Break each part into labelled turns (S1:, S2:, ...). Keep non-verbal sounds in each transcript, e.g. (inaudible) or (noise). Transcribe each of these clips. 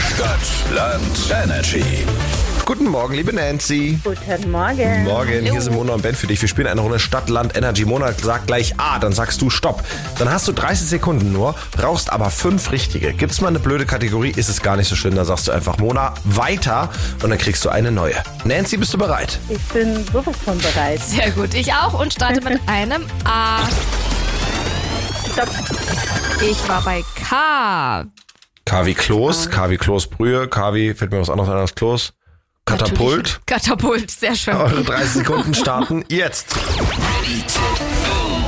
S1: Stadt, Land, Energy.
S2: Guten Morgen, liebe Nancy.
S3: Guten Morgen.
S2: Morgen, hier sind Mona und Ben für dich. Wir spielen eine Runde Stadt, Land, Energy. Mona sagt gleich A, dann sagst du Stopp. Dann hast du 30 Sekunden nur, brauchst aber fünf richtige. Gibt's mal eine blöde Kategorie, ist es gar nicht so schlimm. Dann sagst du einfach Mona weiter und dann kriegst du eine neue. Nancy, bist du bereit?
S3: Ich bin sowas von bereit.
S4: Sehr gut, ich auch und starte mit einem A.
S3: Stopp.
S4: Ich war bei K.
S2: K wie Klos, K wie Klosbrühe, K wie, fällt mir was anderes ein als Klos. Katapult. Oh.
S4: Natürlich. Katapult, sehr schön.
S2: Eure 30 Sekunden starten jetzt.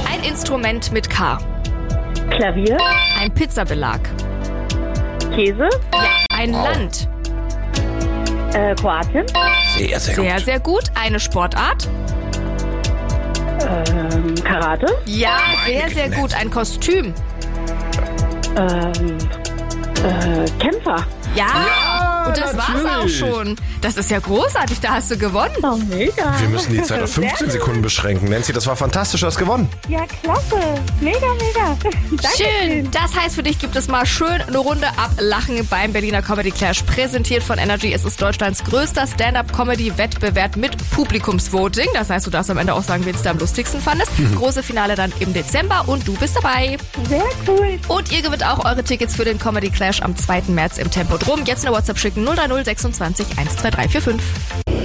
S4: Ein Instrument mit K.
S3: Klavier,
S4: Ein Pizzabelag.
S3: Käse,
S4: Ein
S2: Wow.
S4: Land.
S3: äh, Kroatien,
S2: Sehr, sehr gut.
S4: Sehr, sehr gut. Eine Sportart.
S3: ähm, Karate,
S4: Ja,
S2: Oh
S4: sehr, sehr
S2: Güte.
S4: gut. Ein Kostüm.
S3: ähm, äh, Kämpfer.
S4: Ja. und das war's auch
S2: natürlich.
S4: schon. Das ist ja großartig, da hast du gewonnen.
S3: Oh, mega.
S2: Wir müssen die Zeit auf 15 Sekunden beschränken. Nancy, das war fantastisch, du hast gewonnen.
S3: Ja, klasse. Mega, mega. (laughs)
S4: Schön. Das heißt, für dich gibt es mal schön eine Runde Ablachen beim Berliner Comedy Clash. Präsentiert von Energy. Es ist Deutschlands größter Stand-Up-Comedy-Wettbewerb mit Publikumsvoting. Das heißt, du darfst am Ende auch sagen, wen du am lustigsten fandest. Große Finale dann im Dezember und du bist dabei.
S3: Mhm. Sehr cool.
S4: Und ihr gewinnt auch eure Tickets für den Comedy Clash am 2. März im Tempodrom. Jetzt eine WhatsApp schicken 030 26 12345.